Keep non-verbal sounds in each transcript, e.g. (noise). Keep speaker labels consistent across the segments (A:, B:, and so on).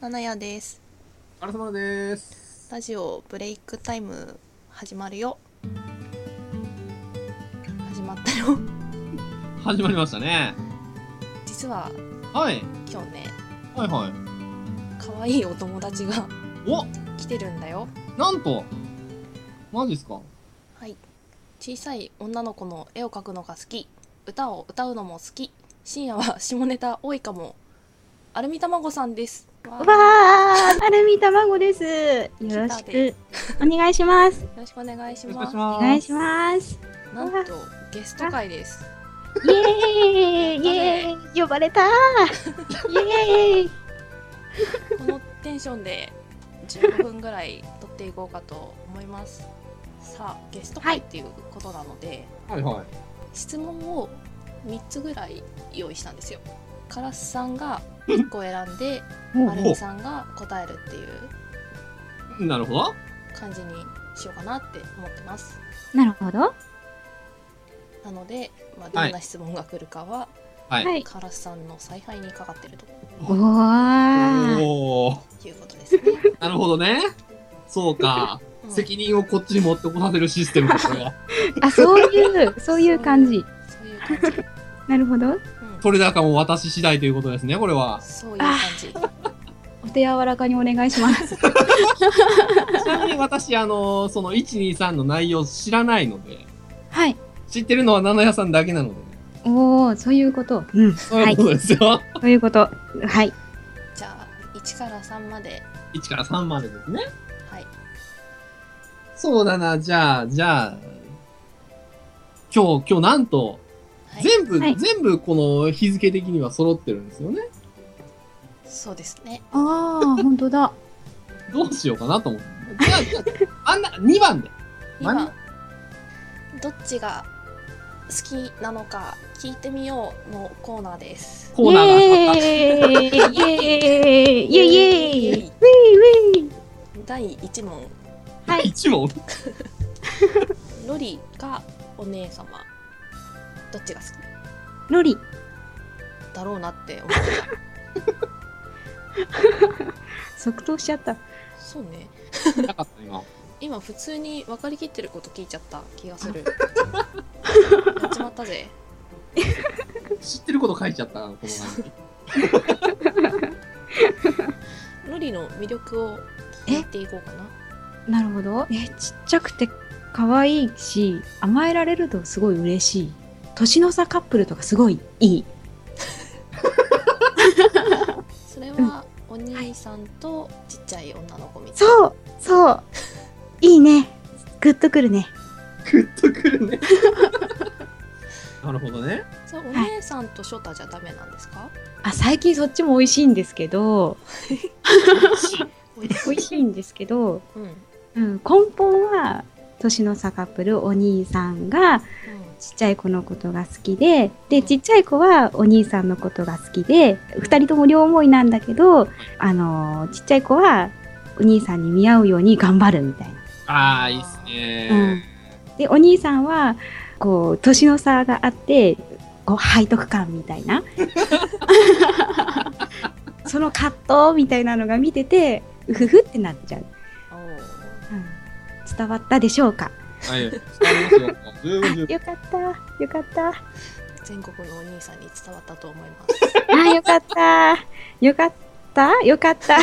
A: 七夜です。
B: あらさまです。
A: ラジオブレイクタイム始まるよ。始まったよ。 (laughs)
B: 始まりましたね。
A: 実は
B: はい。
A: 今日ね、
B: はいはい。
A: 可愛いお友達が (laughs)
B: お
A: 来てるんだよ。
B: なんとマジっすか
A: はい。小さい女の子の絵を描くのが好き、歌を歌うのも好き。深夜は下ネタ多いかも。アルミ卵さんです。わ
C: わ
A: ーよ
C: ー、アルミ卵です。よろしくお願いします。
A: ろしくお願いし
B: お願
A: ま
B: いし
A: す。
B: ます。
C: お願いします。 (laughs)
A: なんとゲスト会です。
C: イエーイ、イエーイ、呼ばれたー。 (laughs) イエーイ。
A: このテンションで15分ぐらい撮っていこうかと思います。さあゲスト会っていうことなので、
B: はいはい。
A: 質問を3つぐらい用意したんですよ。カラスさんが1個選んで、アルミさんが答えるっていう
B: おなるほど。
A: 感じにしようかなって思ってます。
C: なるほど。
A: なので、まあ、
B: はい
A: どんな質問が来るかは、
B: はい。
C: はい。
A: カラスさんの采配にかかってると
C: おー。
B: おお。
A: いうことです
B: (laughs)
A: ね。
B: なるほどね。そうか。
A: うん
B: 責任をこっちに持ってこさせるシステムですね。
C: あ、そういう、そういう感じ。
A: そういう感じ。う
C: なるほど。
A: ん
B: 取れ高も私次第ということですね、これは。
A: そういう感じ。
C: お手柔らかにお願いします。
B: ちなみに私、あのその123の内容知らないので、
C: (laughs) はい。
B: 知ってるのは七屋さんだけなのでね。
C: おー、そういうこと。
B: うん。そういうことですよ。
C: そういうこと。はい。
A: じゃあ1から3まで、
B: 1から3までですね。
A: はい、
B: そうだな、じゃあ、じゃあ、今日、今日なんと、
A: はい、
B: 全部、
C: はい
B: 全部この日付的には揃ってるんですよね。
A: そうですね。
C: あー、ほんとだ。
B: どうしようかなと思って。じゃあ、じゃ
C: (laughs)
B: あ、あんな、2番で。
A: 今
B: 何
A: どっちが好きなのか聞いてみようのコーナーです。
B: コーナーが
C: イ
B: 始まった。
C: エーイ、イエーイ、イエーイ、イエーイ。ウィー
A: 第1問
C: はい
B: 1問。
A: ロリかお姉様どっちが好
C: ロリ。
A: きだろうな
C: (laughs)
A: って思う
C: 即答しちゃった。
A: そうね
B: なかった、今。
A: 今普通に分かりきってること聞いちゃった気がする (laughs) やっちまったぜ
B: 知ってること書いちゃった、この感じ。
A: ロリの魅力を聞いていこうかな
C: なるほど。え、ちっちゃくて可愛いし、甘えられるとすごい嬉しい。年の差カップルとかすごいいい。
A: それはお兄さんとちっちゃい女の子みたいな
C: そうそういいねグッとくるね。
B: グッとくる
C: (laughs)
B: ね。なるほどね。
A: それお姉さんと翔太じゃダメなんですか？
C: あ、最近そっちも美味しいんですけ (laughs)
A: お
C: ど、
A: いし
C: 美味しいんですけど、
A: うん、うん、
C: うん、根本は年の差カップルお兄さんがちっちゃい子のことが好きで、で、ちっちゃい子はお兄さんのことが好きで、二人とも両思いなんだけど、あのーちっちゃい子はお兄さんに見合うように頑張るみたいな。
B: あー、いいっすね。
C: でお兄さんはこう年の差があってこう背徳感みたい (laughs) なその葛藤みたいなのが見ててうふふってなっちゃう、
A: おー
C: うん伝わったでしょうか
B: はい。伝わりますよ。十分十分。
C: よかったよかったあ
A: 全国のお兄さんに伝わったと思います。
C: ーよかったよかったよか
B: (laughs)
C: った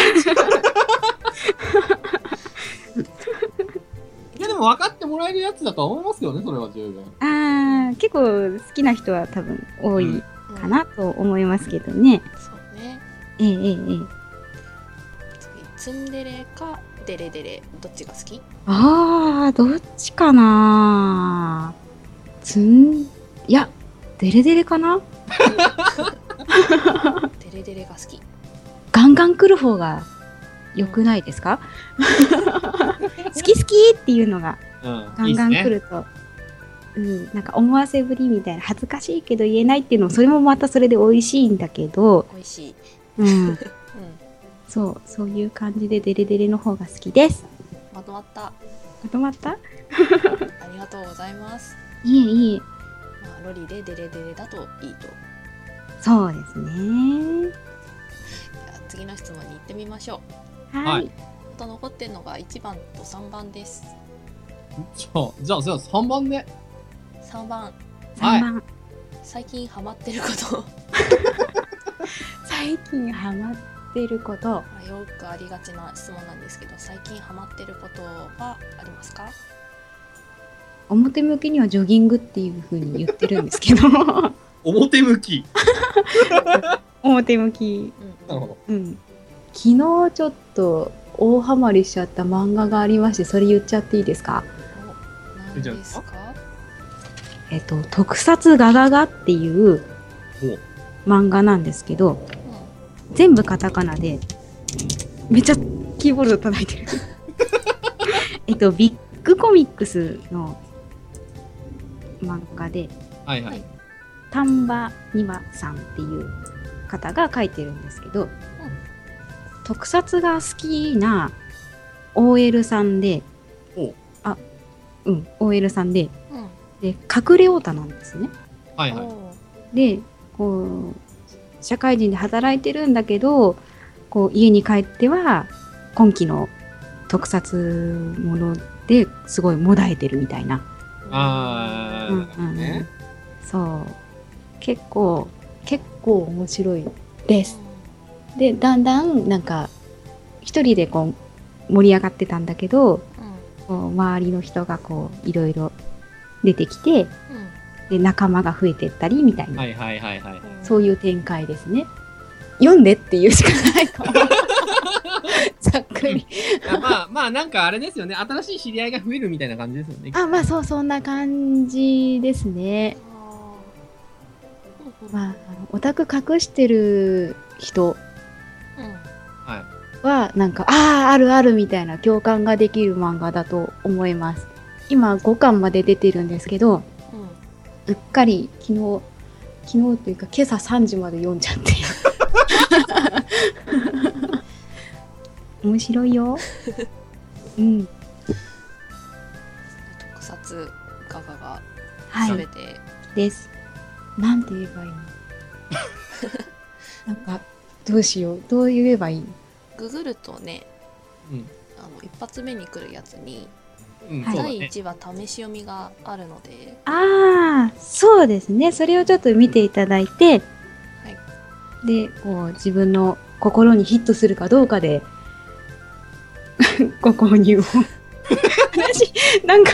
B: いや、でも分かってもらえるやつだとは思いますよね、それは十分。
C: あー結構好きな人は多分多
B: うん
C: いか、なと思いますけどね、
A: うん。そうね。
C: ええええええ
A: 次ツンデレかデレデレどっちが好き？
C: あー、どっちかなつん、いや、デレデレかな
A: デレデレが好き。
C: ガンガン来る方が良くないで
B: (laughs)
C: すか、好き好きっていうのが
B: う
C: ガ
B: ん。い
C: ン
B: いっ
C: ガ
B: す
C: ン
B: ね。
C: 来ると、うん、なんか思わせぶりみたいな、恥ずかしいけど言えないっていうのも、それもまたそれで美味しいんだけど、
A: 美味しい。
C: うん、
A: う
C: そう、そういう感じでデレデレの方が好きです。
A: ん。まとまった。
C: まとまった
A: ありがとうございます。
C: いえいえ、
A: まあロリでデレデレだといいと。い
C: そうですね。
A: や次の質問に行ってみましょう
C: は
B: はいい。
A: あと残ってるのが1番と3番です
B: じゃあ、じゃあ、じゃあ3番で。
A: 3番
B: はい
C: 3番。
A: 最近ハマってること
C: 最近ハマってること。
A: まあよくありがちな質問なんですけど最近ハマってることはありますか
C: 表向きにはジョギングっていうふうに言ってるんですけど
B: 表向き。
C: (laughs) 表向き、
A: うん
B: なるほど。
C: うん、昨日ちょっと大ハマりしちゃった漫画がありましてそれ言っちゃっていいですか
A: お何ですか
C: えっと「特撮ガガガ」っていう
B: ほう
C: 漫画なんですけど全部カタカナでめっちゃキーボード叩いてるえっとビッグコミックスの漫画で
B: はいはい。
C: 丹波美和さんっていう方が書いてるんですけど、特撮が好きな OL さんで
B: お
C: あうん OL さんで
A: うんうん
C: で隠れオタなんですね。
B: はいはい。
A: おー
C: でこう社会人で働いてるんだけどこう家に帰っては今期の特撮ものですごいもだえてるみたいな
B: あー、
C: うん
B: なるほどね。
C: そう結構結構面白いです。でだんだんなんか一人でこう盛り上がってたんだけど
A: うん
C: こう周りの人がこういろいろ出てきてで仲間が増えてったりみたいな、
B: はいはいはいはい。
A: うん
C: そういう展開ですね。読んでっていうしかない (laughs) かもざっくり。
B: いやまあまあなんかあれですよね。新しい知り合いが増えるみたいな感じですよね。
C: あまあそうそんな感じですね。
A: あー
C: まあオタク隠してる人
A: うん
B: はい。
C: はなんかあああるあるみたいな共感ができる漫画だと思います今5巻まで出てるんですけど
A: うん
C: うっかり昨日昨日というか今朝3時まで読んじゃって (laughs) 面白い (laughs) ようん
A: 特撮画家が
C: は
A: 全
C: い
A: て、
C: ですなんて言えば (laughs) いいのなんかどうしようどう言えばいいの
A: ググるとね
B: うん。
A: あの一発目に来るやつに
B: うん、
C: はい
B: そうだ
A: 第
B: ね。
A: 1話試し読みがあるので、
C: ああそうですねそれをちょっと見ていただいて
A: はい、
C: でこう自分の心にヒットするかどうかで (laughs) ご購入を私なんか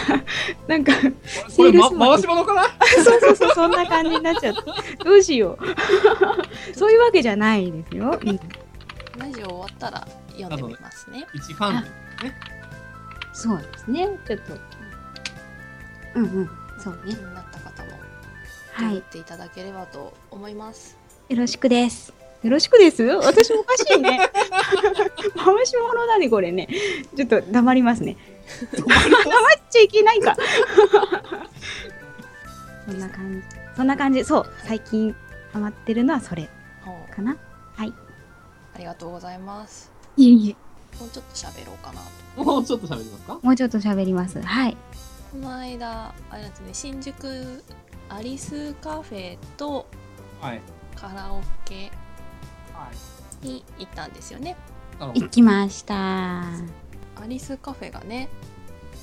C: なんか
B: これ、
C: セール
B: ま、
C: スマン
B: 回し物かな
C: そうそうそうそんな感じになっちゃったどうしよ (laughs) うそういうわけじゃないです (laughs) よ、うん
A: ラジオ終わったら読んでみますね。
B: 一ファン。
C: そうですねちょっとうんうんそうね
A: 気になった方も
C: は
A: ググっ
C: い
A: ていただければと思います。
C: よろしくですよろしくです私おかしいね回し物だねこれねちょっと黙りますね黙っちゃいけないかそんな感じそんな感じそう最近ハマってるのはそれ
A: ほう
C: かな
A: ありがとうございます。
C: いえいえ
A: もうちょっと喋ろうかなと。
B: もうちょっと喋りますか
C: もうちょっと喋りますはい
A: この間あれなんですね新宿アリスカフェと
B: はい。
A: カラオケ
B: は
A: に行ったんですよね。
B: い。なるほど
C: 行。きました
A: アリスカフェがね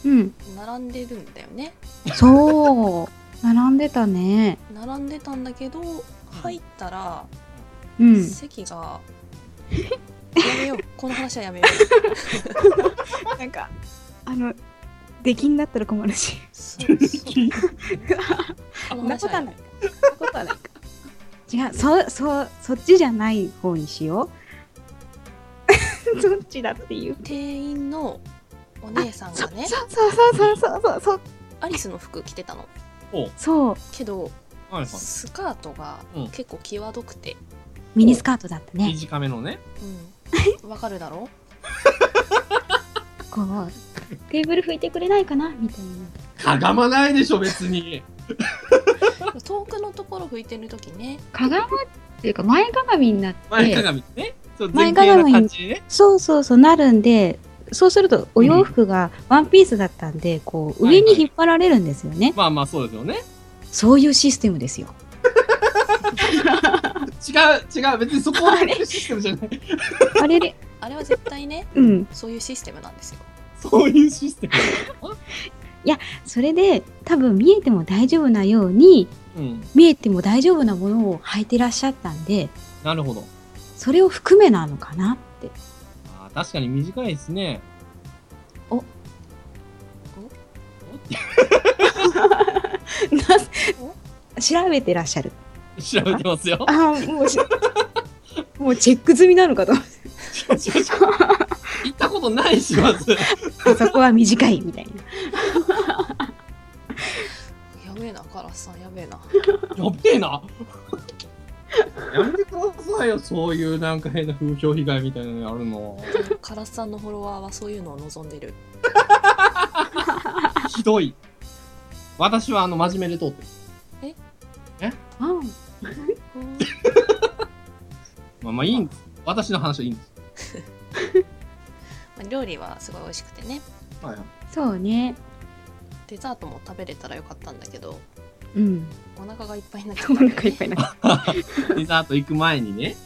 C: うん
A: 並んでるんだよね。
C: そう並んでたね
A: 並んでたんだけど入ったら
C: うん
A: 席が、やめよう
C: (laughs)
A: この話はやめよう
C: なんかあの出禁だったら困るし
A: そうそうこの
C: (laughs) そんな
A: 話
C: こ
A: は
C: とは
A: やめよう。
C: ない (laughs) そんなことはないか。違う、そ、そ、そっちじゃない方にしよ (laughs) う。どっちだっていう。
A: 店員のお姉さん
C: そ
A: が
C: う
A: ね
C: そうそうそうそうそうそう。
A: アリスの服着てたの
C: そう、
A: けど
B: はいは
A: スカートが
B: うん
A: 結構際どくて
C: ミニスカートだった
B: い。
C: ね。
B: 短めのね。
A: うんわ、かるだろ
C: こう、テーブル拭いてくれないかなみたいな。
B: かがまないでしょ、別に。
A: 遠くのところ拭いてる時ね
C: 鏡っていうか前鏡になっ
B: 前
C: て、
B: 鏡ね。そう、
C: 前
B: 前
C: 鏡
B: 傾な感じでね。
C: そうそうそうなるんで、そうするとお洋服がワンピースだったんで、こう
B: はいは
C: 上
B: い
C: に引っ張られるんですよね。
B: まあまあ、そうですよね。
C: そういうシステムですよ。
B: 違う、違う、別にそこはシステムじゃない。
C: あれれ、
A: あれは絶対ね (laughs)
C: うん。
A: そういうシステムなんですよ
B: そういうシステム。
C: それで、多分見えても大丈夫なように、
B: うん、
C: 見えても大丈夫なものを履いてらっしゃったんで、
B: なるほど。
C: それを含めなのかなって。
B: あー確かに短いです (laughs) ね。
C: お
B: お
C: な調べてらっしゃる。
B: 調べてますよ。
C: ああ、もうし、もうチェック済みなのかと。
B: (laughs) 行ったことないします。 (laughs)
C: そこは短いみたいな。
A: やべえなカラスさんやべえ
C: (laughs)
A: な
B: やべえな。やめてくださいよ、そういうなんか変な風評被害みたいなのやるの。
A: カラスさんのフォロワーはそういうのを望んでる
B: ひどい。私はあの真面目で通ってる。
C: あ
B: まあまあいいんです。私の話はいいんです。
A: まあ料理はすごい美味しくてね
B: はいはい
C: あそうね。
A: デザートも食べれたらよかったんだけど
C: うん。
A: お腹がいっぱいになっちゃっ
C: お
A: たんだよね
C: 腹いっぱいな。
B: デザート行く前にね、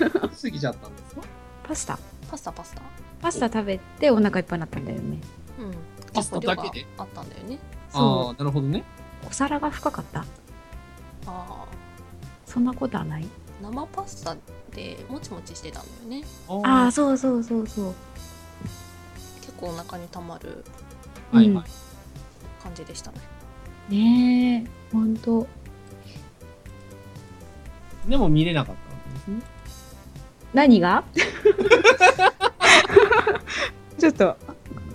A: う
B: 過ぎちゃったんですか
C: パスタ。
A: んパスタパスタ
C: パスタ食べてお腹いっぱいになったんだよね。
A: うん
B: パスタだけ
A: 結
B: で
A: 構量があったんだよね
B: あ
C: そ
B: あ、なるほどね。
C: う。お皿が深かった。
A: ああ
C: そんなことはない。
A: 生パスタでもちもちしてたんだよね
C: ああ、そうそうそうそう。
A: 結構お腹にたまる
B: あはいはい。
A: 感じでしたね
C: ねえ、ほんと。
B: でも見れなかったんですね。
C: 何がちょっと、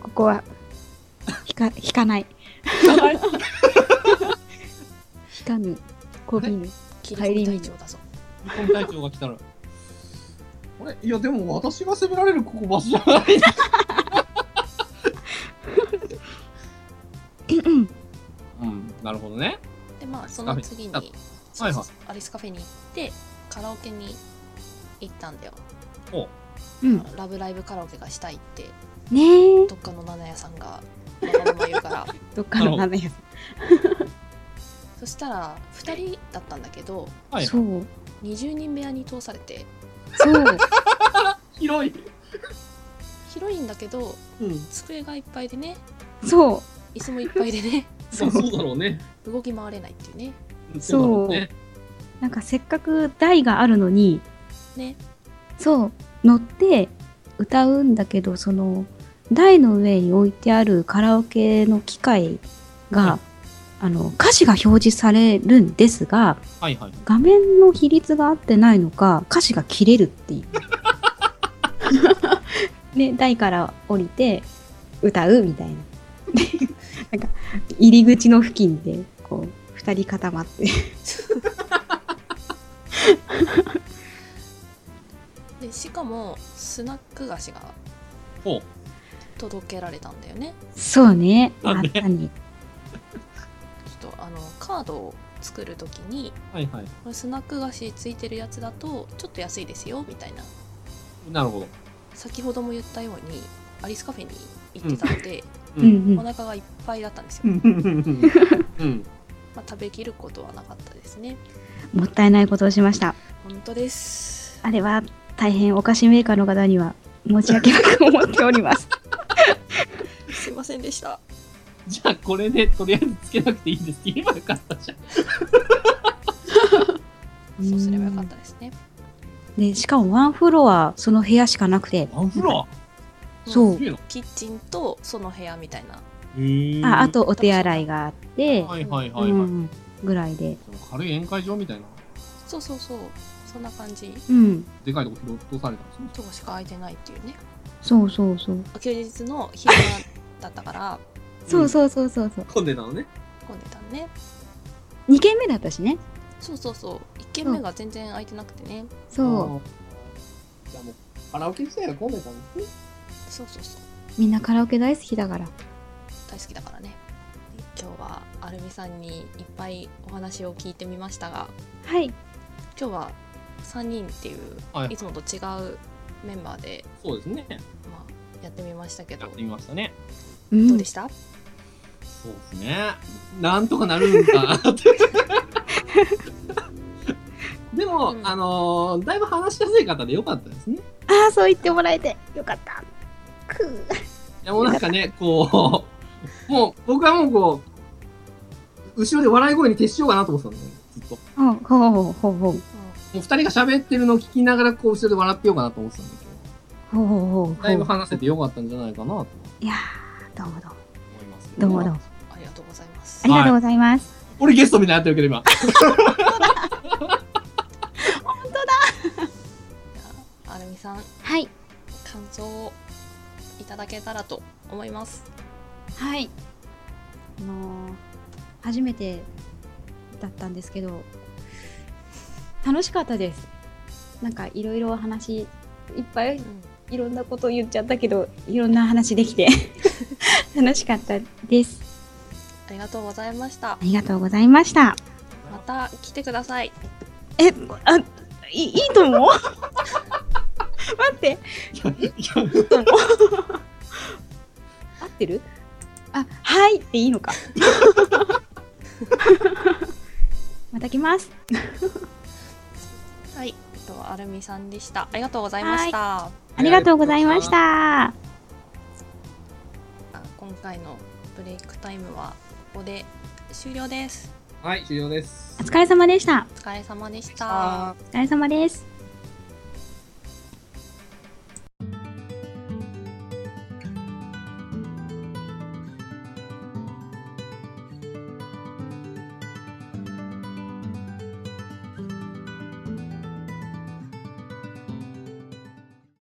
C: ここは、引か、引かない。引かぬ。こびぬ。
A: キ
C: 帰
A: リコ
C: り
A: 隊
C: に
A: 長だぞ
B: 日本隊長が来た (laughs) ら。あれいや、でも私が責められるここ場所じゃない。
C: うん
B: うん、なるほどね。
A: でまあその次に
B: あ
A: そうそうそう
B: は
A: アリスカフェに行ってカラオケに行ったんだよ
C: うん。
A: ラブライブカラオケがしたいって
C: ねえ、
A: どっかの七屋さんが長々言うから
B: (laughs)
C: どっかの花屋
A: そしたら2人だったんだけど
B: はい。
C: そう。
A: 20人部屋に通されて
C: そう。
B: 広い。
A: 広いんだけど
B: うん。
A: 机がいっぱいでね
C: そう。
A: 椅子もいっぱいで
B: (laughs)
A: ね
B: そうそうだろうね。
A: 動き回れないっていうね
B: そうだろうね。
C: なんかせっかく台があるのに、
A: ね
C: そう、乗って歌うんだけど、その、台の上に置いてあるカラオケの機械が、あの、歌詞が表示されるんですが、
B: はいはい。
C: 画面の比率が合ってないのか、歌詞が切れるって (laughs) いう。ね、台から降りて歌うみたいな。 (laughs) でなんか、入り口の付近で、こう、二人固まって。
A: でしかもスナック菓子が
B: ほう。
A: 届けられたんだよね
C: そうね。
B: な
C: あ
B: ん
C: っ
B: で
C: たに。
A: ちょっとあのカードを作る時に
B: はいはい。
A: これスナック菓子ついてるやつだとちょっと安いですよみたいな
B: なるほど。
A: 先ほども言ったようにアリスカフェに行ってたので、
C: うんうん
A: お。腹がいっぱいだったんですよ、
B: うん。
A: まあ、食べきることはなかったですね
C: もったいないことをしました。
A: 本当です
C: あれは大変お菓子メーカーの方には申し訳なく思っており (laughs) ます。
A: すいませんでした
B: じゃあこれでとりあえずつけなくていいんですって言えばよかったじゃん。
A: そうすればよかったですね
C: で、しかもワンフロア、その部屋しかなくて、
B: ワンフロ
C: そ
B: ア
C: う
B: す。げえな。
A: キッチンとその部屋みたいな
B: へえ
C: ああ。とお手洗いがあって、
B: はいはいはいは
C: う
B: い。
C: んぐらいで。
B: 軽い宴会場みたいな。
A: そうそうそうそんな感じ
C: うん。
B: でかいとこ拾っとされたんですね。
A: とこしか空いてないっていうね
C: そうそうそう。
A: 休日の昼間だったから
C: そうそうそうそうそう。
B: 混んでたのね。
A: 混んでたんね
C: 2軒目だったしね。
A: そうそうそう1軒目が全然空いてなくてね
C: そう。
B: う。じゃあもう、カラオケ自体が混んでたんですね。
A: そうそうそう
C: みんなカラオケ大好きだから。
A: 大好きだからねで今日はアルミさんにいっぱいお話を聞いてみましたが
C: はい。
A: 今日は3人っていう、
B: はい
A: い、つもと違うメンバーで、
B: そうですね。
A: まあ、やってみましたけ
B: や
A: ど
B: ってみましたね。
C: う
A: どうんで。した、
B: そうですね。なんとかなるんか。も、
A: うん
B: あのーだいぶ話しやすい方でよかったですね。
C: ああ、そう言ってもらえてよかった。くう
B: いやもうなんかね、こう、もう僕はもうこう、後ろで笑い声に徹しようかなと思ってたんだよね、ずっと。も
C: ほうほうほうほうほう
B: う二人が喋ってるのを聞きながら、こう、後ろで笑ってようかなと思ってたんだけど、
C: ほうほうほうほう。
B: だいぶ話せてよかったんじゃないかなと思い
C: いやー、どうもどう
B: ま
C: も。
B: す、
C: どうもどうも。
A: ありがとうございます
C: ありがとうございます。
B: 俺ゲストみたいになってるけど、今。 (laughs)
A: アルミさん
C: はい。
A: 感想をいただけたらと思います
C: はい。あのー初めてだったんですけど、楽しかったです。なんかいろいろお話、いっぱいいろんなこと言っちゃったけど、いろんな話できて (laughs) 楽しかったです。
A: ありがとうございました
C: ありがとうございました。
A: また来てください
C: え、あ、いいいと思う (laughs) 待って、いいと思う合ってるあ、はいっていいのか。 (laughs) また来ます。
A: はいえっとアルミさんでしたありがとうございました
C: ありがとうございまし。た。
A: あ今回のブレイクタイムはここで終了です
B: はい、終了です
C: お。疲れ様でした。
A: お疲れ様でし
B: あ
A: た
B: ー
C: お疲れ様です。